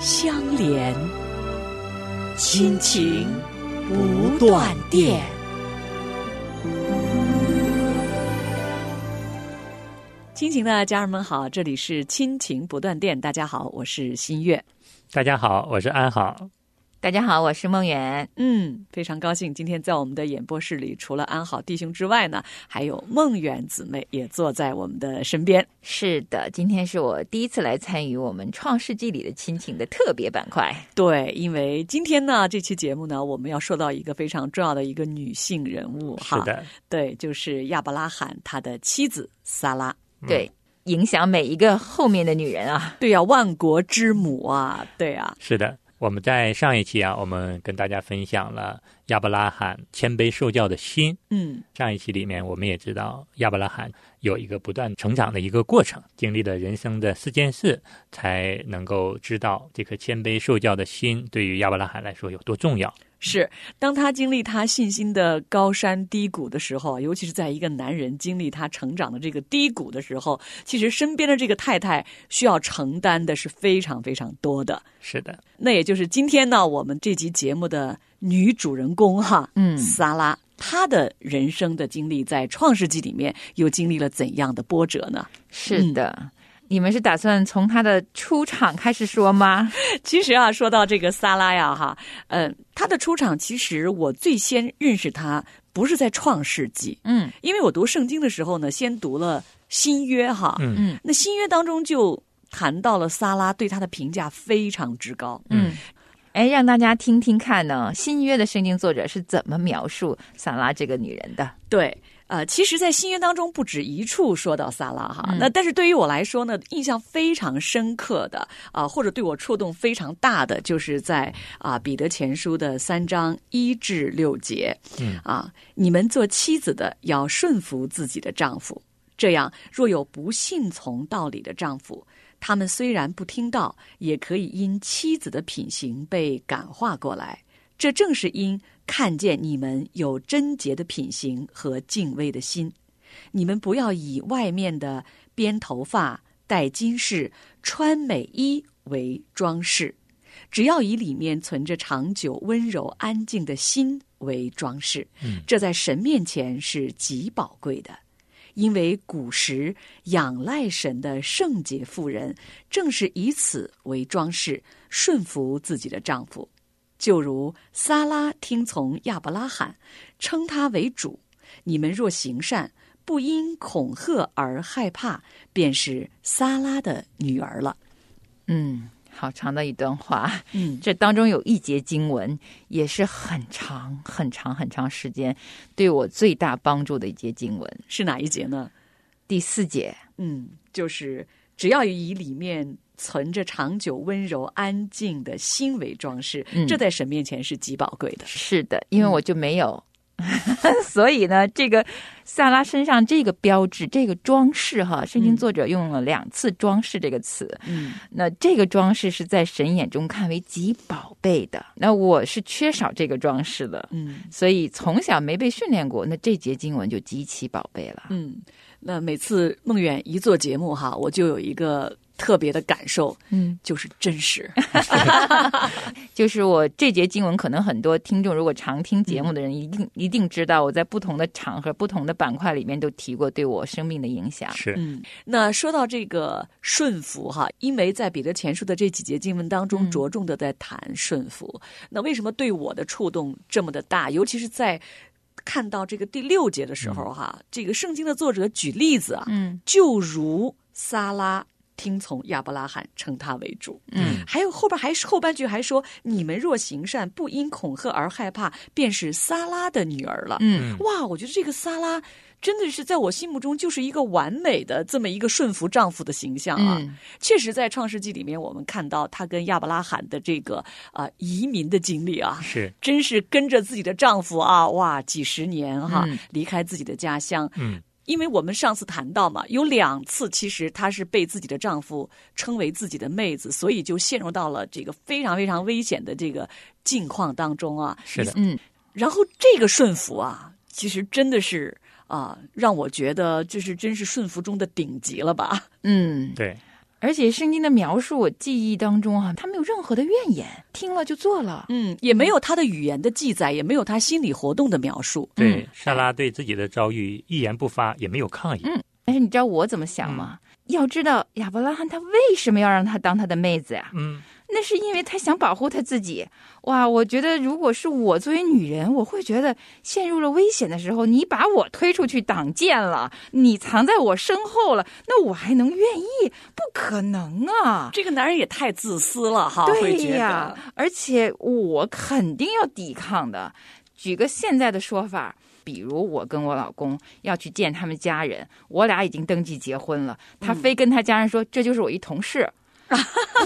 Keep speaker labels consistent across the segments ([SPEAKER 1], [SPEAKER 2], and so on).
[SPEAKER 1] 相连，亲情不断电。亲情的家人们好，这里是亲情不断电。大家好，我是新月。
[SPEAKER 2] 大家好，我是安好。
[SPEAKER 3] 大家好，我是梦远。
[SPEAKER 1] 嗯，非常高兴，今天在我们的演播室里，除了安好弟兄之外呢，还有梦远姊妹也坐在我们的身边。
[SPEAKER 3] 是的，今天是我第一次来参与我们《创世纪》里的亲情的特别板块。
[SPEAKER 1] 对，因为今天呢，这期节目呢，我们要说到一个非常重要的一个女性人物
[SPEAKER 2] 是
[SPEAKER 1] 哈，
[SPEAKER 2] 的，
[SPEAKER 1] 对，就是亚伯拉罕他的妻子撒拉。
[SPEAKER 3] 对，影响每一个后面的女人啊。
[SPEAKER 1] 对呀、万国之母啊，对呀、
[SPEAKER 2] 是的。我们在上一期啊，我们跟大家分享了亚伯拉罕谦卑受教的心。
[SPEAKER 1] 嗯，
[SPEAKER 2] 上一期里面，我们也知道亚伯拉罕有一个不断成长的一个过程，经历了人生的四件事，才能够知道这颗谦卑受教的心对于亚伯拉罕来说有多重要。
[SPEAKER 1] 是。当他经历他信心的高山低谷的时候啊，尤其是在一个男人经历他成长的这个低谷的时候，其实身边的这个太太需要承担的是非常非常多的。
[SPEAKER 2] 是的，
[SPEAKER 1] 那也就是今天呢，我们这集节目的女主人公哈，
[SPEAKER 3] 嗯
[SPEAKER 1] 萨拉，她的人生的经历在《创世纪》里面又经历了怎样的波折呢？
[SPEAKER 3] 是的，你们是打算从她的出场开始说吗？
[SPEAKER 1] 其实啊，说到这个萨拉呀，哈，嗯，她的出场，其实我最先认识她不是在《创世纪》，
[SPEAKER 3] 嗯
[SPEAKER 1] 因为我读圣经的时候呢，先读了新约哈，
[SPEAKER 2] 嗯
[SPEAKER 3] 嗯
[SPEAKER 1] 那新约当中就谈到了萨拉，对她的评价非常之高，
[SPEAKER 3] 嗯。哎，让大家听听看呢，新约的圣经作者是怎么描述萨拉这个女人的？
[SPEAKER 1] 对，呃，其实，在新约当中不止一处说到萨拉哈。
[SPEAKER 3] 嗯
[SPEAKER 1] 那但是对于我来说呢，印象非常深刻的啊、或者对我触动非常大的，就是在啊、彼得前书的三章一至六节。
[SPEAKER 2] 嗯
[SPEAKER 1] 啊，你们做妻子的要顺服自己的丈夫，这样若有不信从道理的丈夫。他们虽然不听到，也可以因妻子的品行被感化过来。这正是因看见你们有贞洁的品行和敬畏的心。你们不要以外面的编头发、戴金饰、穿美衣为装饰，只要以里面存着长久温柔安静的心为装饰。这在神面前是极宝贵的。因为古时仰赖神的圣洁妇人，正是以此为装饰，顺服自己的丈夫。就如撒拉听从亚伯拉罕，称他为主。你们若行善，不因恐吓而害怕，便是撒拉的女儿了。
[SPEAKER 3] 嗯，好长的一段话。
[SPEAKER 1] 嗯，
[SPEAKER 3] 这当中有一节经文，也是很长、很长、很长时间对我最大帮助的一节经文。
[SPEAKER 1] 是哪一节呢？
[SPEAKER 3] 第四节，
[SPEAKER 1] 嗯，就是只要以里面存着长久温柔安静的心为装饰，
[SPEAKER 3] 嗯
[SPEAKER 1] 这在神面前是极宝贵的。
[SPEAKER 3] 是的，因为我就没有， 所以呢，这个萨拉身上这个标志、这个装饰，哈，圣经
[SPEAKER 1] 嗯
[SPEAKER 3] 作者用了两次“装饰”这个词。
[SPEAKER 1] 嗯
[SPEAKER 3] 那这个装饰是在神眼中看为极宝贝的。那我是缺少这个装饰的，
[SPEAKER 1] 嗯
[SPEAKER 3] 所以从小没被训练过，那这节经文就极其宝贝了。
[SPEAKER 1] 嗯，那每次梦远一做节目哈，我就有一个特别的感受，
[SPEAKER 3] 嗯。
[SPEAKER 1] 就是真实。
[SPEAKER 3] 就是我这节经文，可能很多听众如果常听节目的人，一定、一定知道，我在不同的场合、不同的板块里面都提过对我生命的影响。
[SPEAKER 2] 是，
[SPEAKER 1] 嗯，那说到这个顺服哈，因为在彼得前书的这几节经文当中，
[SPEAKER 3] 嗯
[SPEAKER 1] 着重的在谈顺服。那为什么对我的触动这么的大？尤其是在看到这个第六节的时候哈，这个圣经的作者举例子啊，
[SPEAKER 3] 嗯
[SPEAKER 1] 就如撒拉听从亚伯拉罕，称他为主。
[SPEAKER 3] 嗯，
[SPEAKER 1] 还有后边还是后半句还说：“你们若行善，不因恐吓而害怕，便是撒拉的女儿了。”
[SPEAKER 3] 嗯
[SPEAKER 1] 哇，我觉得这个撒拉真的是在我心目中就是一个完美的这么一个顺服丈夫的形象啊。
[SPEAKER 3] 嗯
[SPEAKER 1] 确实，在《创世纪》里面，我们看到她跟亚伯拉罕的这个呃移民的经历啊，
[SPEAKER 2] 是，
[SPEAKER 1] 真是跟着自己的丈夫啊，哇，几十年哈、
[SPEAKER 3] 嗯
[SPEAKER 1] 离开自己的家乡。
[SPEAKER 2] 嗯，
[SPEAKER 1] 因为我们上次谈到嘛，有两次其实她是被自己的丈夫称为自己的妹子，所以就陷入到了这个非常非常危险的这个境况当中啊。
[SPEAKER 2] 是的，
[SPEAKER 3] 嗯，
[SPEAKER 1] 然后这个顺服啊，其实真的是啊，让我觉得就是真是顺服中的顶级了吧？
[SPEAKER 3] 嗯，
[SPEAKER 2] 对，
[SPEAKER 3] 而且圣经的描述，我记忆当中啊，他没有任何的怨言，听了就做了。
[SPEAKER 1] 嗯，也没有她的语言的记载，也没有她心理活动的描述。
[SPEAKER 2] 对，莎拉对自己的遭遇一言不发，也没有抗议。
[SPEAKER 3] 但是你知道我怎么想吗？要知道亚伯拉罕他为什么要让她当他的妹子呀、
[SPEAKER 2] 嗯，
[SPEAKER 3] 那是因为他想保护他自己。哇，我觉得如果是我作为女人，我会觉得陷入了危险的时候，你把我推出去挡箭了，你藏在我身后了，那我还能愿意？不可能啊！
[SPEAKER 1] 这个男人也太自私了哈，会
[SPEAKER 3] 对
[SPEAKER 1] 觉
[SPEAKER 3] 呀
[SPEAKER 1] 得，
[SPEAKER 3] 而且我肯定要抵抗的。举个现在的说法，比如我跟我老公要去见他们家人，我俩已经登记结婚了，他非跟他家人说、这就是我一同事，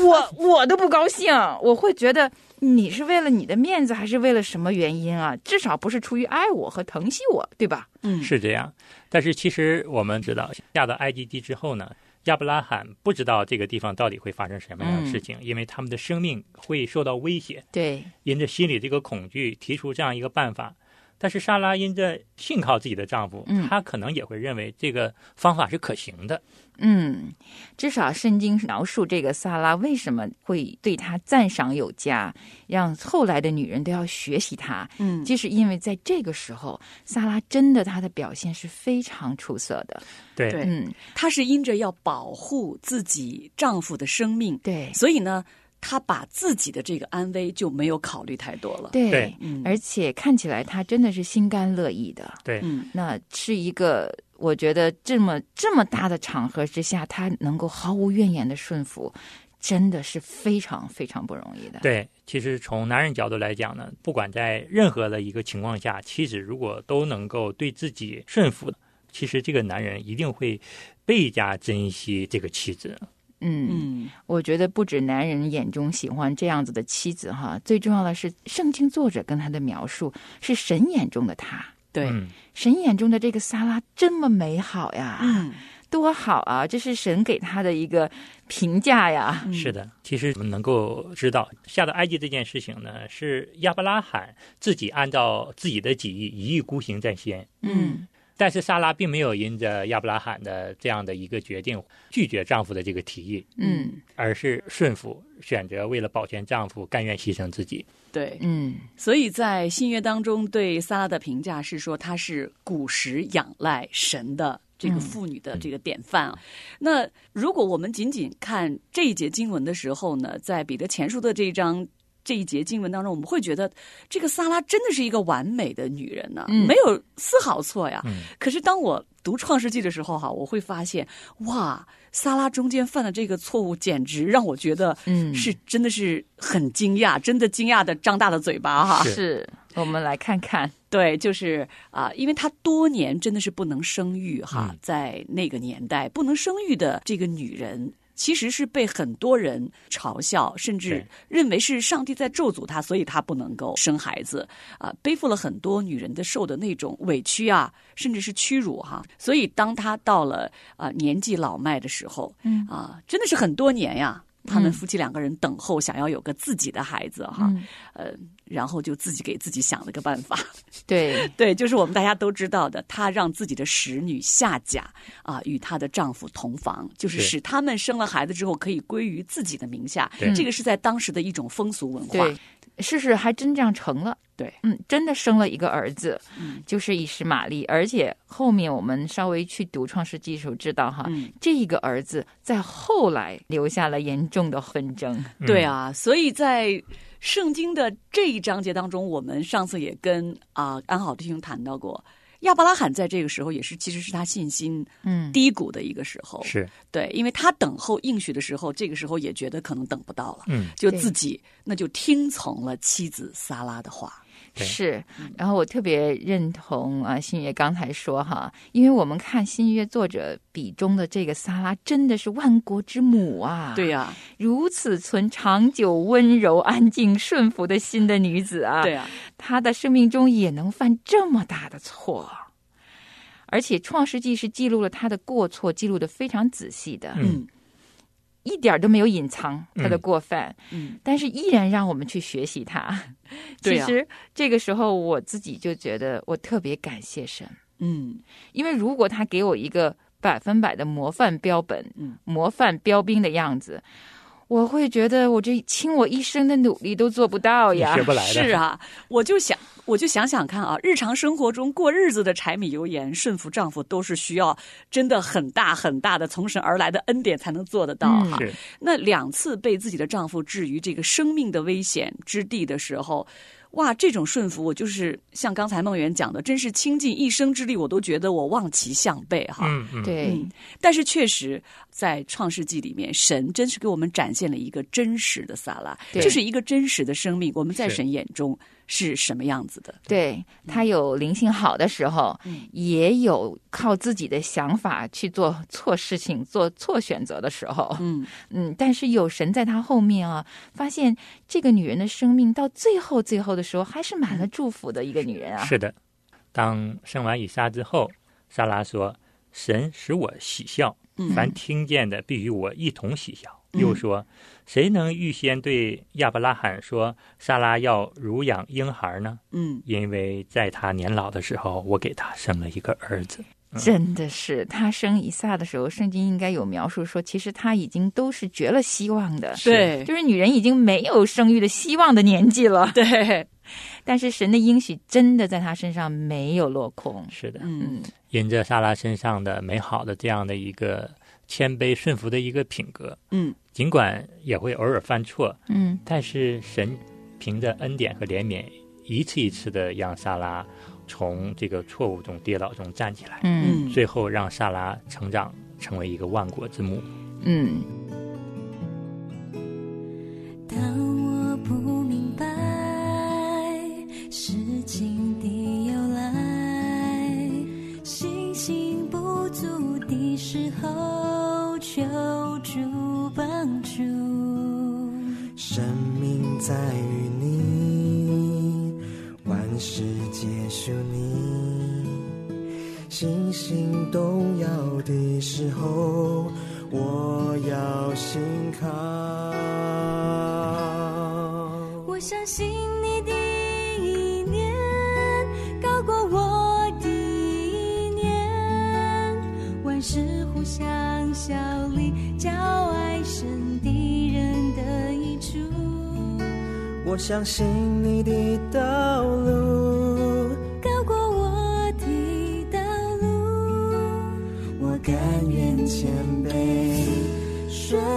[SPEAKER 3] 我我都不高兴，我会觉得你是为了你的面子还是为了什么原因啊？至少不是出于爱我和疼惜我，对吧？
[SPEAKER 1] 嗯，
[SPEAKER 2] 是这样。但是其实我们知道，下到埃及地之后呢，亚伯拉罕不知道这个地方到底会发生什么样的事情，因为他们的生命会受到威胁。
[SPEAKER 3] 对，
[SPEAKER 2] 因着心里这个恐惧，提出这样一个办法。但是莎拉因着信靠自己的丈夫，
[SPEAKER 3] 嗯
[SPEAKER 2] 她可能也会认为这个方法是可行的。
[SPEAKER 3] 嗯，至少圣经描述这个萨拉为什么会对她赞赏有加，让后来的女人都要学习她，
[SPEAKER 1] 嗯，
[SPEAKER 3] 就是因为在这个时候，萨拉真的她的表现是非常出色的。
[SPEAKER 2] 对
[SPEAKER 1] 对
[SPEAKER 3] 嗯，
[SPEAKER 1] 她是因着要保护自己丈夫的生命，
[SPEAKER 3] 对
[SPEAKER 1] 所以呢，她把自己的这个安危就没有考虑太多了。，
[SPEAKER 3] 对
[SPEAKER 2] 对
[SPEAKER 1] 嗯
[SPEAKER 3] 而且看起来她真的是心甘乐意的。
[SPEAKER 2] 对
[SPEAKER 1] 嗯，
[SPEAKER 3] 那是一个，我觉得这么这么大的场合之下，她能够毫无怨言的顺服，真的是非常非常不容易的。
[SPEAKER 2] 对，其实从男人角度来讲呢，不管在任何的一个情况下，妻子如果都能够对自己顺服，其实这个男人一定会倍加珍惜这个妻子。
[SPEAKER 3] 嗯
[SPEAKER 1] 嗯，
[SPEAKER 3] 我觉得不止男人眼中喜欢这样子的妻子哈，最重要的是圣经作者跟他的描述是神眼中的他，
[SPEAKER 1] 对，
[SPEAKER 2] 嗯，
[SPEAKER 3] 神眼中的这个萨拉这么美好呀，
[SPEAKER 1] 嗯，
[SPEAKER 3] 多好啊！这是神给他的一个评价
[SPEAKER 1] 嗯
[SPEAKER 3] 呀。
[SPEAKER 2] 是的。其实我们能够知道，下到埃及这件事情呢，是亚伯拉罕自己按照自己的己意一意孤行在先，
[SPEAKER 1] 嗯
[SPEAKER 2] 但是莎拉并没有因着亚伯拉罕的这样的一个决定拒绝丈夫的这个提议，
[SPEAKER 3] 嗯
[SPEAKER 2] 而是顺服，选择为了保全丈夫，甘愿牺牲自己。
[SPEAKER 1] 对，
[SPEAKER 3] 嗯
[SPEAKER 1] 所以在新约当中对萨拉的评价是说，她是古时仰赖神的这个妇女的这个典范
[SPEAKER 3] 嗯
[SPEAKER 1] 啊。那如果我们仅仅看这一节经文的时候呢，在彼得前书的这一章。这一节经文当中，我们会觉得这个萨拉真的是一个完美的女人呢、
[SPEAKER 3] 嗯
[SPEAKER 1] 没有丝毫错呀。
[SPEAKER 2] 嗯
[SPEAKER 1] 可是当我读《创世纪》的时候哈、我会发现，哇，萨拉中间犯的这个错误，简直让我觉得
[SPEAKER 3] 嗯
[SPEAKER 1] 是真的是很惊讶，真的惊讶的张大了嘴巴哈、
[SPEAKER 2] 是
[SPEAKER 3] 是我们来看看，
[SPEAKER 1] 对，就是啊、因为她多年真的是不能生育哈，
[SPEAKER 2] 嗯
[SPEAKER 1] 在那个年代不能生育的这个女人，其实是被很多人嘲笑，甚至
[SPEAKER 2] 对
[SPEAKER 1] 认为是上帝在咒诅她，所以她不能够生孩子啊、背负了很多女人的受的那种委屈啊，甚至是屈辱哈。所以当她到了啊、年纪老迈的时候，
[SPEAKER 3] 嗯
[SPEAKER 1] 啊、真的是很多年呀。他
[SPEAKER 3] 嗯
[SPEAKER 1] 们夫妻两个人等候，想要有个自己的孩子哈，呃，然后就自己给自己想了个办法，
[SPEAKER 3] 对，
[SPEAKER 1] 对，就是我们大家都知道的，她让自己的使女夏甲啊、与她的丈夫同房，就是
[SPEAKER 2] 是
[SPEAKER 1] 使他们生了孩子之后可以归于自己的名下
[SPEAKER 2] 对。
[SPEAKER 1] 这个是在当时的一种风俗文化。
[SPEAKER 3] 对，事实还真这样成了。
[SPEAKER 1] 对，
[SPEAKER 3] 嗯，真的生了一个儿子，
[SPEAKER 1] 嗯
[SPEAKER 3] 就是以实玛利。而且后面我们稍微去读《创世纪》的时候知道哈，
[SPEAKER 1] 嗯
[SPEAKER 3] 这一个儿子在后来留下了严重的纷争。
[SPEAKER 2] 嗯
[SPEAKER 1] 对啊，所以在圣经的这一章节当中，我们上次也跟啊、安好弟兄谈到过，亚伯拉罕在这个时候也是其实是他信心
[SPEAKER 3] 嗯，
[SPEAKER 1] 低谷的一个时候。
[SPEAKER 2] 是，
[SPEAKER 1] 对，因为他等候应许的时候，这个时候也觉得可能等不到了，
[SPEAKER 2] 嗯，
[SPEAKER 1] 就
[SPEAKER 3] 对
[SPEAKER 1] 自己那就听从了妻子撒拉的话。
[SPEAKER 2] 对
[SPEAKER 3] 是，然后我特别认同啊，新月刚才说哈，因为我们看新月作者笔中的这个萨拉，真的是万国之母啊，
[SPEAKER 1] 对、呀、
[SPEAKER 3] 如此存长久、温柔、安静、顺服的心的女子啊，
[SPEAKER 1] 对呀、
[SPEAKER 3] 她的生命中也能犯这么大的错，而且《创世纪》是记录了她的过错，记录的非常仔细的，
[SPEAKER 2] 嗯
[SPEAKER 1] 嗯
[SPEAKER 3] 一点儿都没有隐藏她的
[SPEAKER 2] 嗯
[SPEAKER 3] 过犯，
[SPEAKER 1] 嗯，
[SPEAKER 3] 但是依然让我们去学习它。
[SPEAKER 1] 对
[SPEAKER 3] 其
[SPEAKER 1] 呀
[SPEAKER 3] 实这个时候我自己就觉得我特别感谢神，
[SPEAKER 1] 嗯，
[SPEAKER 3] 因为如果他给我一个百分百的模范标本、
[SPEAKER 1] 嗯
[SPEAKER 3] 模范标兵的样子，我会觉得我这倾我一生的努力都做不到
[SPEAKER 2] 也
[SPEAKER 3] 呀
[SPEAKER 2] 学。不来的。
[SPEAKER 1] 是啊，我就想，我就想想看啊，日常生活中过日子的柴米油盐、顺服丈夫，都是需要真的很大很大的从神而来的恩典才能做得到
[SPEAKER 3] 嗯
[SPEAKER 1] 哈。
[SPEAKER 2] 是
[SPEAKER 1] 那两次被自己的丈夫置于这个生命的危险之地的时候，哇，这种顺服，我就是像刚才梦圆讲的，真是倾尽一生之力，我都觉得我望其项背哈。
[SPEAKER 2] 嗯嗯，
[SPEAKER 3] 对，
[SPEAKER 1] 嗯，但是确实，在《创世纪》里面，神真是给我们展现了一个真实的撒拉，
[SPEAKER 3] 对
[SPEAKER 1] 这是一个真实的生命，我们在
[SPEAKER 2] 是
[SPEAKER 1] 神眼中是什么样子的？
[SPEAKER 3] 对他有灵性好的时候，
[SPEAKER 1] 嗯
[SPEAKER 3] 也有靠自己的想法去做错事情、做错选择的时候。
[SPEAKER 1] 嗯，
[SPEAKER 3] 嗯，但是有神在她后面啊，发现这个女人的生命到最后最后的时候，还是满了祝福的一个女人啊。
[SPEAKER 2] 是的。当生完以撒之后，撒拉说：“神使我喜笑，
[SPEAKER 1] 嗯
[SPEAKER 2] 凡听见的必与我一同喜笑。”
[SPEAKER 1] 嗯
[SPEAKER 2] 又说：“谁能预先对亚伯拉罕说，撒拉要乳养婴孩呢？
[SPEAKER 1] 嗯，
[SPEAKER 2] 因为在他年老的时候，我给他生了一个儿子。
[SPEAKER 3] 真的是，她生以撒的时候，圣经应该有描述说，其实她已经都是绝了希望的，
[SPEAKER 1] 对
[SPEAKER 3] 就是女人已经没有生育的希望的年纪了。
[SPEAKER 1] 对，
[SPEAKER 3] 但是神的应许真的在她身上没有落空”。
[SPEAKER 2] 是的，
[SPEAKER 1] 嗯
[SPEAKER 3] 嗯，
[SPEAKER 2] 因着撒拉身上的美好的这样的一个谦卑顺服的一个品格，
[SPEAKER 1] 嗯
[SPEAKER 2] 尽管也会偶尔犯错，
[SPEAKER 3] 嗯，
[SPEAKER 2] 但是神凭着恩典和怜悯，一次一次的让萨拉从这个错误中、跌倒中站起来，
[SPEAKER 3] 嗯
[SPEAKER 1] 嗯，
[SPEAKER 2] 最后让萨拉成长成为一个万国之母。
[SPEAKER 3] 嗯，
[SPEAKER 4] 当我不明白事情的由来，信心不足的时候，求助帮助。
[SPEAKER 5] 生命在于你，万事皆属你。信心动摇的时候，我要信靠。
[SPEAKER 4] 我相信你的一年高过我的一年，万事互相效力，叫爱神的人得益处。
[SPEAKER 5] 我相信你的道路，
[SPEAKER 4] 高过我的道路，
[SPEAKER 5] 我甘愿谦卑顺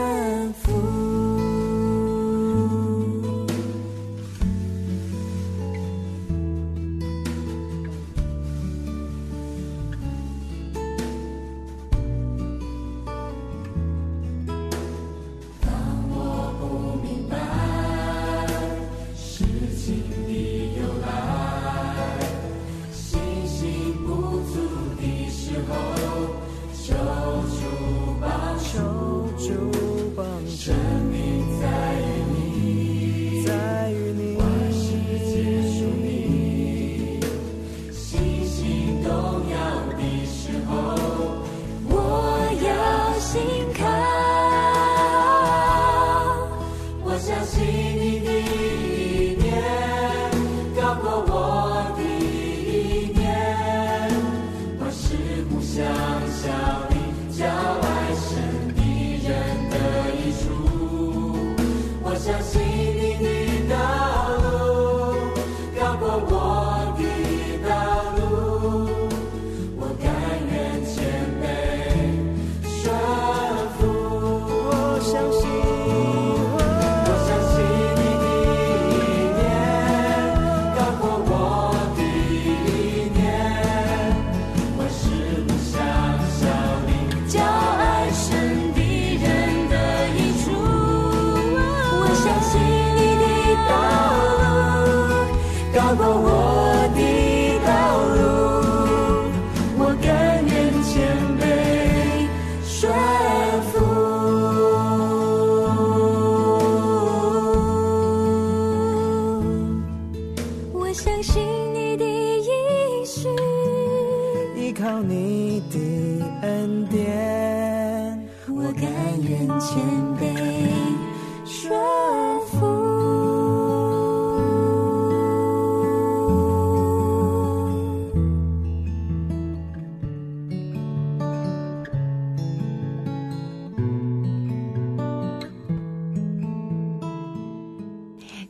[SPEAKER 5] 服。主帮助，生命在于你，在于你，万事皆属你。
[SPEAKER 4] 我要信靠。我相信你的一年高过我的一年，万事互相效力，叫爱神的人得
[SPEAKER 5] 我甘愿谦卑顺服。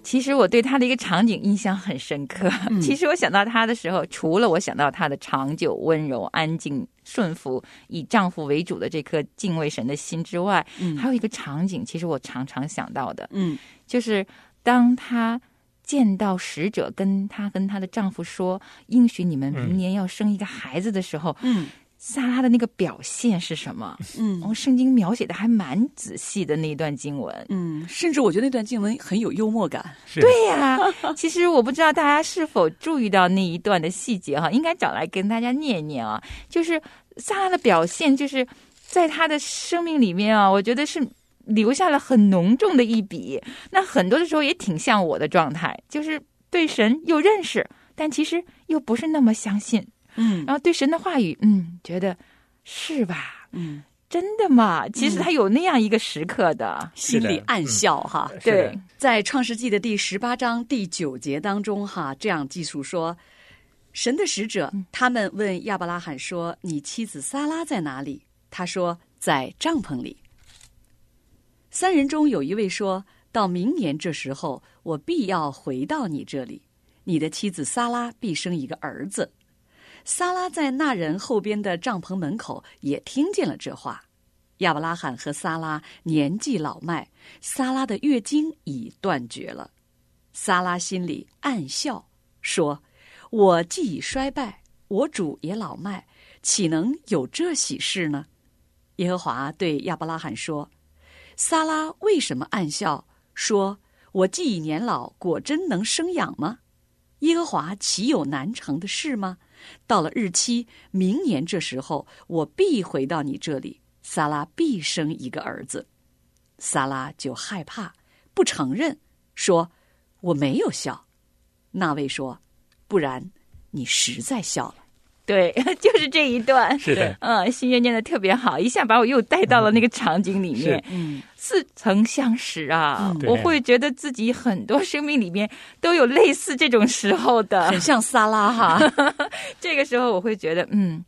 [SPEAKER 3] 其实我对他的一个场景印象很深刻。
[SPEAKER 1] 嗯
[SPEAKER 3] 其实我想到他的时候，除了我想到他的长久、温柔、安静、顺服，以丈夫为主的这颗敬畏神的心之外，
[SPEAKER 1] 嗯
[SPEAKER 3] 还有一个场景，其实我常常想到的，
[SPEAKER 1] 嗯
[SPEAKER 3] 就是当他见到使者跟他跟她的丈夫说，应许你们明年要生一个孩子的时候，
[SPEAKER 1] 嗯
[SPEAKER 3] 撒拉的那个表现是什么？然
[SPEAKER 1] 嗯
[SPEAKER 3] 后圣经描写的还蛮仔细的那一段经文，
[SPEAKER 1] 嗯，甚至我觉得那段经文很有幽默感。
[SPEAKER 2] 是
[SPEAKER 3] 对呀、啊其实我不知道大家是否注意到那一段的细节哈，应该找来跟大家念一念啊。就是萨拉的表现，就是在他的生命里面啊，我觉得是留下了很浓重的一笔。那很多的时候也挺像我的状态，就是对神又认识，但其实又不是那么相信。
[SPEAKER 1] 嗯
[SPEAKER 3] 然后对神的话语，嗯，觉得是吧？
[SPEAKER 1] 嗯，
[SPEAKER 3] 真的吗？其实他有那样一个时刻的。
[SPEAKER 1] 心里暗笑哈。
[SPEAKER 2] 是的
[SPEAKER 3] 对
[SPEAKER 1] 在创世纪的第十八章第九节当中，哈，这样记述说，神的使者他们问亚伯拉罕说：“你妻子撒拉在哪里？”他说：“在帐篷里。”三人中有一位说：“到明年这时候，我必要回到你这里，你的妻子撒拉必生一个儿子。”撒拉在那人后边的帐篷门口也听见了这话。亚伯拉罕和撒拉年纪老迈，撒拉的月经已断绝了。撒拉心里暗笑，说：“我既已衰败，我主也老迈，岂能有这喜事呢？”耶和华对亚伯拉罕说：“撒拉为什么暗笑，说我既已年老，果真能生养吗？耶和华岂有难成的事吗？到了日期，明年这时候，我必回到你这里，撒拉必生一个儿子。”撒拉就害怕，不承认，说：“我没有笑。”那位说：“不然，你实在笑了。
[SPEAKER 3] 对， 就是这一段。
[SPEAKER 2] 是的，
[SPEAKER 3] 嗯，心愿念的特别好，一下把我又带到了那个场景里面
[SPEAKER 2] 是，嗯
[SPEAKER 1] 嗯
[SPEAKER 3] 似曾相识啊！
[SPEAKER 2] 对
[SPEAKER 3] 我会觉得自己很多生命里面都有类似这种时候”的
[SPEAKER 1] 很。像撒拉哈，
[SPEAKER 3] 这个时候我会觉得，嗯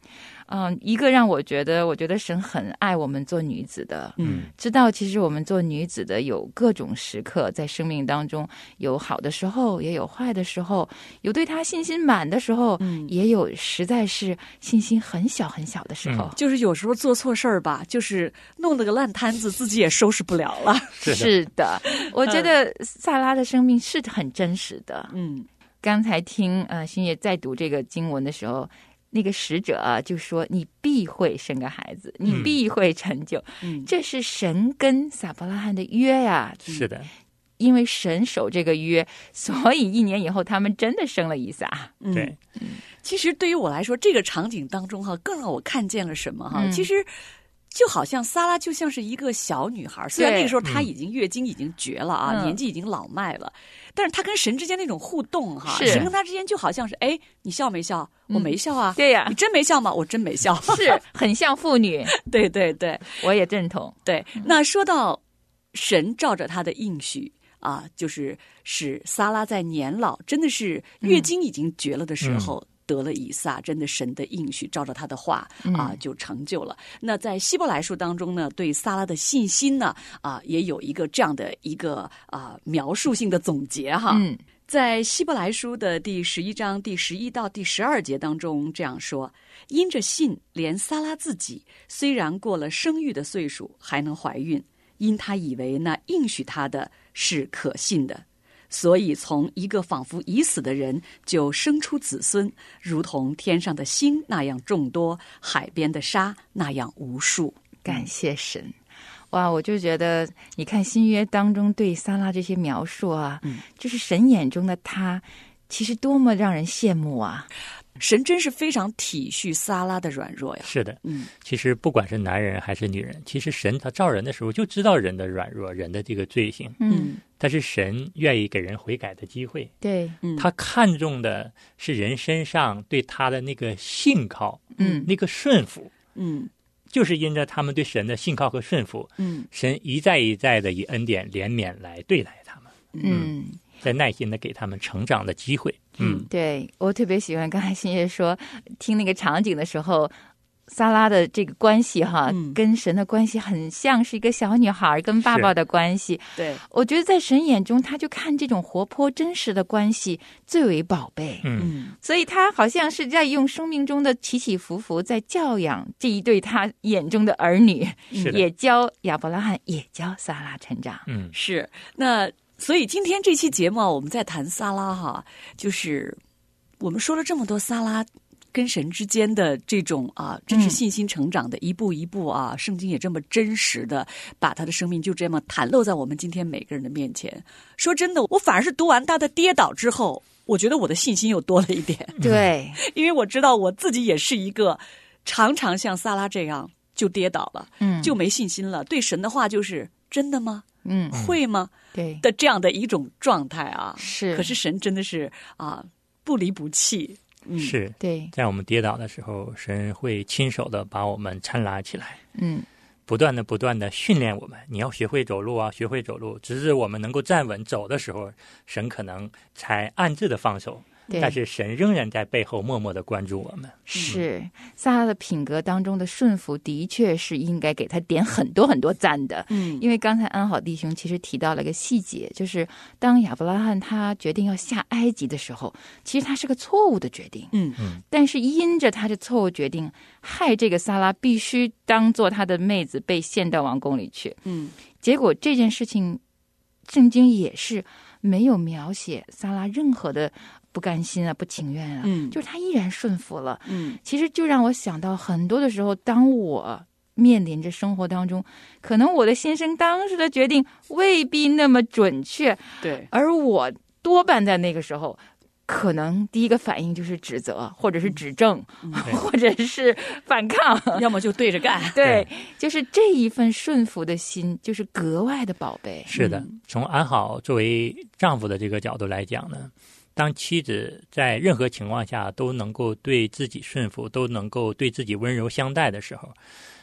[SPEAKER 3] 嗯、一个让我觉得，我觉得神很爱我们做女子的，
[SPEAKER 1] 嗯
[SPEAKER 3] 知道其实我们做女子的有各种时刻，在生命当中有好的时候，也有坏的时候，有对他信心满的时候，
[SPEAKER 1] 嗯
[SPEAKER 3] 也有实在是信心很小很小的时候。
[SPEAKER 2] 嗯
[SPEAKER 1] 就是有时候做错事儿吧，就是弄了个烂摊子，自己也收拾不了了。
[SPEAKER 2] 是的嗯
[SPEAKER 3] 的，我觉得萨拉的生命是很真实的。
[SPEAKER 1] 嗯
[SPEAKER 3] 刚才听呃星野在读这个经文的时候，那个使者、啊、就说：“你必会生个孩子，你
[SPEAKER 2] 嗯
[SPEAKER 3] 必会成就。
[SPEAKER 1] 嗯
[SPEAKER 3] 这是神跟撒伯拉罕的约呀、
[SPEAKER 2] 是的，
[SPEAKER 3] 因为神守这个约，所以一年以后他们真的生了以撒。
[SPEAKER 1] 嗯
[SPEAKER 2] 对，
[SPEAKER 1] 其实对于我来说，这个场景当中哈，更让我看见了什么哈？
[SPEAKER 3] 嗯
[SPEAKER 1] 其实。就好像萨拉就像是一个小女孩，虽然
[SPEAKER 3] 对
[SPEAKER 1] 那个时候她已经月经已经绝了啊，
[SPEAKER 3] 嗯
[SPEAKER 1] 年纪已经老迈了，但是她跟神之间那种互动哈，
[SPEAKER 3] 是嗯
[SPEAKER 1] 神跟她之间就好像是哎，你笑没笑？我没笑啊，
[SPEAKER 3] 对呀
[SPEAKER 1] 你真没笑吗？我真没笑。
[SPEAKER 3] 是很像妇女，
[SPEAKER 1] 对对对
[SPEAKER 3] 我也认 同。
[SPEAKER 1] 对。那说到神照着他的应许啊，就是使撒拉在年老，真的是月经已经绝了的时候。得了以撒，真的神的应许，照着他的话
[SPEAKER 3] 嗯
[SPEAKER 1] 啊，就成就了。那在希伯来书当中呢，对撒拉的信心呢，啊，也有一个这样的一个啊描述性的总结
[SPEAKER 2] 啊
[SPEAKER 1] 哈。
[SPEAKER 3] 嗯，
[SPEAKER 1] 在希伯来书的第十一章第十一到第十二节当中这样说：“因着信，连撒拉自己虽然过了生育的岁数，还能怀孕，因她以为那应许她的是可信的，所以从一个仿佛已死的人就生出子孙，如同天上的星那样众多，海边的沙那样无数。
[SPEAKER 3] 感谢神。哇，我就觉得，你看新约当中对撒拉这些描述啊，就是神眼中的她，其实多么让人羡慕啊！
[SPEAKER 1] 神真是非常体恤撒拉的软弱呀。”
[SPEAKER 2] 是的。
[SPEAKER 1] 嗯
[SPEAKER 2] 其实不管是男人还是女人，其实神他造人的时候就知道人的软弱，人的这个罪行，
[SPEAKER 1] 嗯，
[SPEAKER 2] 但是神愿意给人悔改的机会。
[SPEAKER 3] 对，
[SPEAKER 1] 嗯
[SPEAKER 2] 他看重的是人身上对他的那个信靠，
[SPEAKER 3] 嗯
[SPEAKER 2] 那个顺服。
[SPEAKER 1] 嗯
[SPEAKER 2] 就是因着他们对神的信靠和顺服，
[SPEAKER 1] 嗯
[SPEAKER 2] 神一再一再的以恩典怜悯来对待他们，
[SPEAKER 3] 嗯
[SPEAKER 2] 在耐心的给他们成长的机会。
[SPEAKER 1] 嗯
[SPEAKER 2] 嗯，
[SPEAKER 3] 对我特别喜欢刚才欣月说，听那个场景的时候，萨拉的这个关系哈，
[SPEAKER 1] 嗯
[SPEAKER 3] 跟神的关系很像是一个小女孩儿跟爸爸的关系。
[SPEAKER 1] 对，
[SPEAKER 3] 我觉得在神眼中，他就看这种活泼真实的关系最为宝贝，
[SPEAKER 2] 嗯，
[SPEAKER 1] 嗯
[SPEAKER 3] 所以他好像是在用生命中的起起伏伏，在教养这一对他眼中的儿女，
[SPEAKER 2] 是的，
[SPEAKER 3] 也教亚伯拉罕，也教萨拉成长。
[SPEAKER 2] 嗯，
[SPEAKER 1] 是那，所以今天这期节目啊，我们在谈撒拉哈，就是我们说了这么多撒拉跟神之间的这种啊，真
[SPEAKER 3] 嗯
[SPEAKER 1] 是信心成长的一步一步啊，圣经也这么真实的把他的生命就这么袒露在我们今天每个人的面前。说真的，我反而是读完他的跌倒之后，我觉得我的信心又多了一点。
[SPEAKER 2] 嗯
[SPEAKER 3] 对，
[SPEAKER 1] 因为我知道我自己也是一个常常像萨拉这样就跌倒了，
[SPEAKER 3] 嗯，
[SPEAKER 1] 就没信心了，对神的话就是真的吗？
[SPEAKER 3] 嗯，
[SPEAKER 2] 啊
[SPEAKER 1] 会吗？
[SPEAKER 3] 对，
[SPEAKER 1] 的这样的一种状态啊。
[SPEAKER 3] 是，
[SPEAKER 1] 可是神真的是啊，不离不弃。嗯，
[SPEAKER 2] 是
[SPEAKER 3] 对，
[SPEAKER 2] 在我们跌倒的时候，神会亲手的把我们搀拉起来，
[SPEAKER 3] 嗯，
[SPEAKER 2] 不断的、不断的训练我们。你要学会走路啊，学会走路，直至我们能够站稳走的时候，神可能才暗自的放手，
[SPEAKER 3] 对，
[SPEAKER 2] 但是神仍然在背后默默的关注我们。
[SPEAKER 3] 是萨拉的品格当中的顺服，的确是应该给他点很多很多赞的。
[SPEAKER 1] 嗯，
[SPEAKER 3] 因为刚才安好弟兄其实提到了一个细节，就是当亚伯拉罕他决定要下埃及的时候，其实他是个错误的决定。
[SPEAKER 1] 嗯
[SPEAKER 3] 但是因着他的错误决定，害这个萨拉必须当做他的妹子被献到王宫里去。
[SPEAKER 1] 嗯
[SPEAKER 3] 结果这件事情，圣经也是没有描写萨拉任何的不甘心啊、不情愿啊，
[SPEAKER 1] 嗯
[SPEAKER 3] 就是他依然顺服了。
[SPEAKER 1] 嗯
[SPEAKER 3] 其实就让我想到，很多的时候，当我面临着生活当中，可能我的先生当时的决定未必那么准确，
[SPEAKER 1] 对，
[SPEAKER 3] 而我多半在那个时候。可能第一个反应就是指责，或者是指正， 或者是反抗。
[SPEAKER 1] 要么就对着干。
[SPEAKER 3] 对，就是这一份顺服的心，就是格外的宝贝。
[SPEAKER 2] 是的，从安好作为丈夫的这个角度来讲呢，当妻子在任何情况下都能够对自己顺服，都能够对自己温柔相待的时候，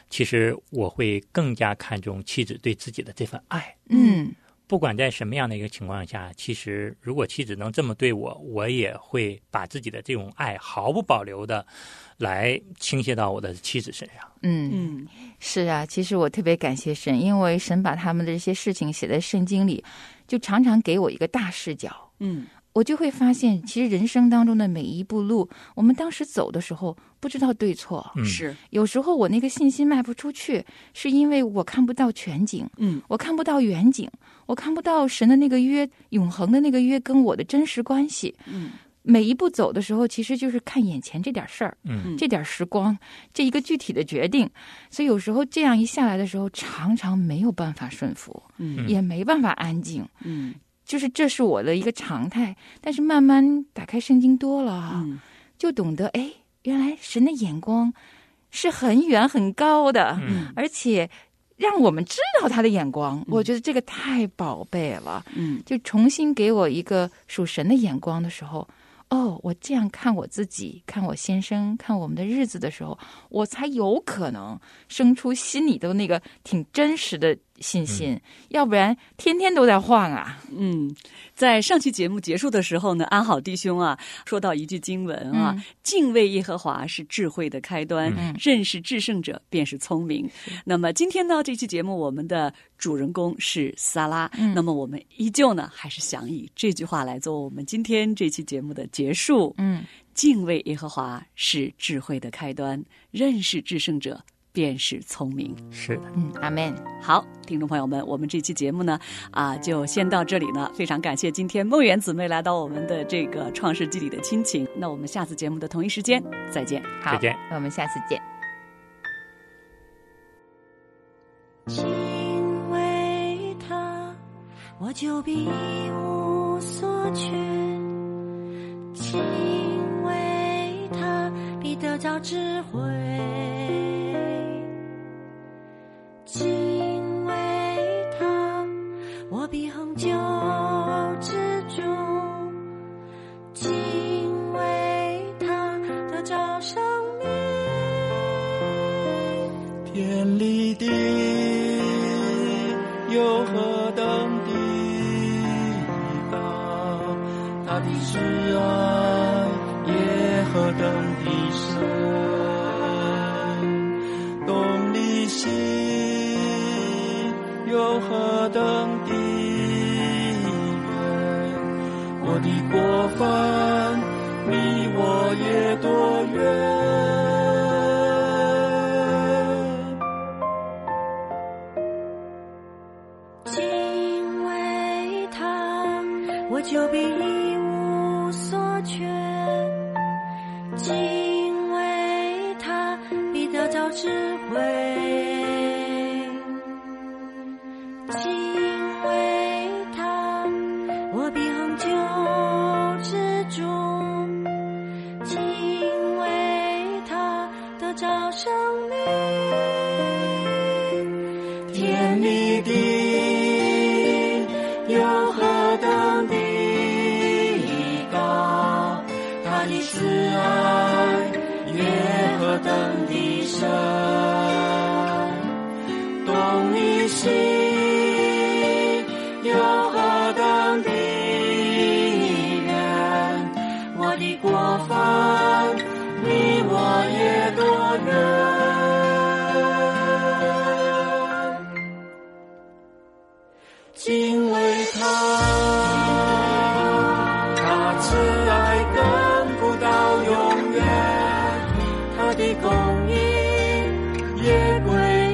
[SPEAKER 2] 其实我会更加看重妻子对自己的这份爱。
[SPEAKER 3] 嗯，
[SPEAKER 2] 不管在什么样的一个情况下，其实如果妻子能这么对我，我也会把自己的这种爱毫不保留的来倾泻到我的妻子身上。
[SPEAKER 3] 嗯嗯，
[SPEAKER 1] 嗯
[SPEAKER 3] 是啊，其实我特别感谢神，因为神把他们的这些事情写在圣经里，就常常给我一个大视角。
[SPEAKER 1] 嗯
[SPEAKER 3] 我就会发现，其实人生当中的每一步路，我们当时走的时候不知道对错，
[SPEAKER 2] 嗯，
[SPEAKER 1] 是
[SPEAKER 3] 有时候我那个信心迈不出去，是因为我看不到全景，
[SPEAKER 1] 嗯
[SPEAKER 3] 我看不到远景，我看不到神的那个约，永恒的那个约跟我的真实关系。
[SPEAKER 1] 嗯
[SPEAKER 3] 每一步走的时候，其实就是看眼前这点事儿，
[SPEAKER 2] 嗯，
[SPEAKER 3] 这点时光，这一个具体的决定。所以有时候这样一下来的时候，常常没有办法顺服，
[SPEAKER 1] 嗯
[SPEAKER 3] 也没办法安静。
[SPEAKER 1] 嗯
[SPEAKER 3] 就是这是我的一个常态，但是慢慢打开圣经多了啊，
[SPEAKER 1] 嗯
[SPEAKER 3] 就懂得哎，原来神的眼光是很远很高的，
[SPEAKER 2] 嗯
[SPEAKER 3] 而且让我们知道他的眼光，我觉得这个太宝贝了。
[SPEAKER 1] 嗯
[SPEAKER 3] 就重新给我一个属神的眼光的时候，哦，我这样看我自己、看我先生、看我们的日子的时候，我才有可能生出心里头那个挺真实的信心，
[SPEAKER 2] 嗯
[SPEAKER 3] 要不然天天都在晃啊。
[SPEAKER 1] 嗯，在上期节目结束的时候呢，安好弟兄啊说到一句经文啊，
[SPEAKER 3] 嗯
[SPEAKER 1] 敬畏耶和华是智慧的开端，
[SPEAKER 3] 嗯
[SPEAKER 1] 认识至圣者便是聪明。那么今天呢，这期节目我们的主人公是萨拉，
[SPEAKER 3] 嗯
[SPEAKER 1] 那么我们依旧呢还是想以这句话来做我们今天这期节目的结束：
[SPEAKER 3] 嗯，
[SPEAKER 1] 敬畏耶和华是智慧的开端，认识至圣者便是聪明。
[SPEAKER 2] 是的。
[SPEAKER 3] 嗯，阿门。
[SPEAKER 1] 好，听众朋友们，我们这期节目呢，啊，就先到这里呢。非常感谢今天梦圆姊妹来到我们的这个《创世纪》里的亲情。那我们下次节目的同一时间再见。
[SPEAKER 3] 好，
[SPEAKER 2] 再见，
[SPEAKER 3] 我们下次见。
[SPEAKER 4] 因为他，我就必无所缺；敬畏他，必得到智慧；敬畏他，我必恒久之主；敬畏他，得着生命。
[SPEAKER 5] 天又何等地高，他的慈爱也何等的深，动力心又何等的远，我的过犯离我也多远？
[SPEAKER 4] 敬畏他，我就必一无所缺；敬畏他，必得到智慧；敬畏他，我必恒久知足；敬畏他，得着生命。
[SPEAKER 5] 天里的有何等的高，他的慈爱也何等的深，懂你心有何等的远，我的过犯离我也多远？敬畏他，他慈爱亘古到永远，他的公义也归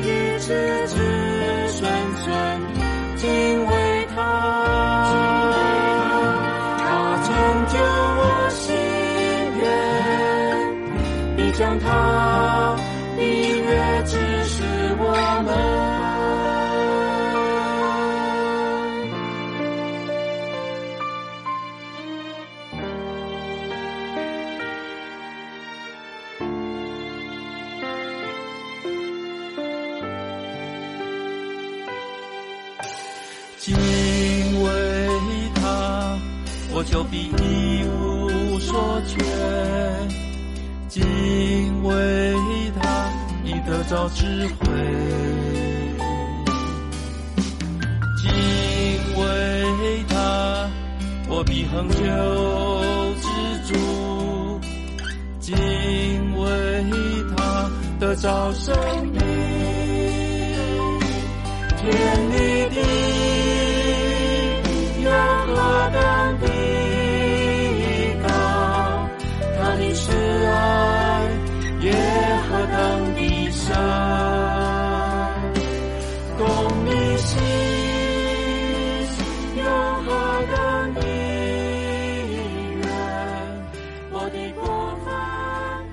[SPEAKER 5] 于子子孙孙。敬畏他，他成就我心愿，必将他的约指示我们。敬畏他，我就必一无所缺；敬畏他，必得着智慧；敬畏他，我必恒久知足；敬畏他，得着生命。天里的有何等的高，他的慈爱也何等的深，懂你心有何等的远，我的过犯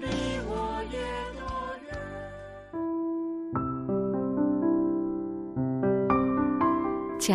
[SPEAKER 5] 离我也多远。
[SPEAKER 1] 亲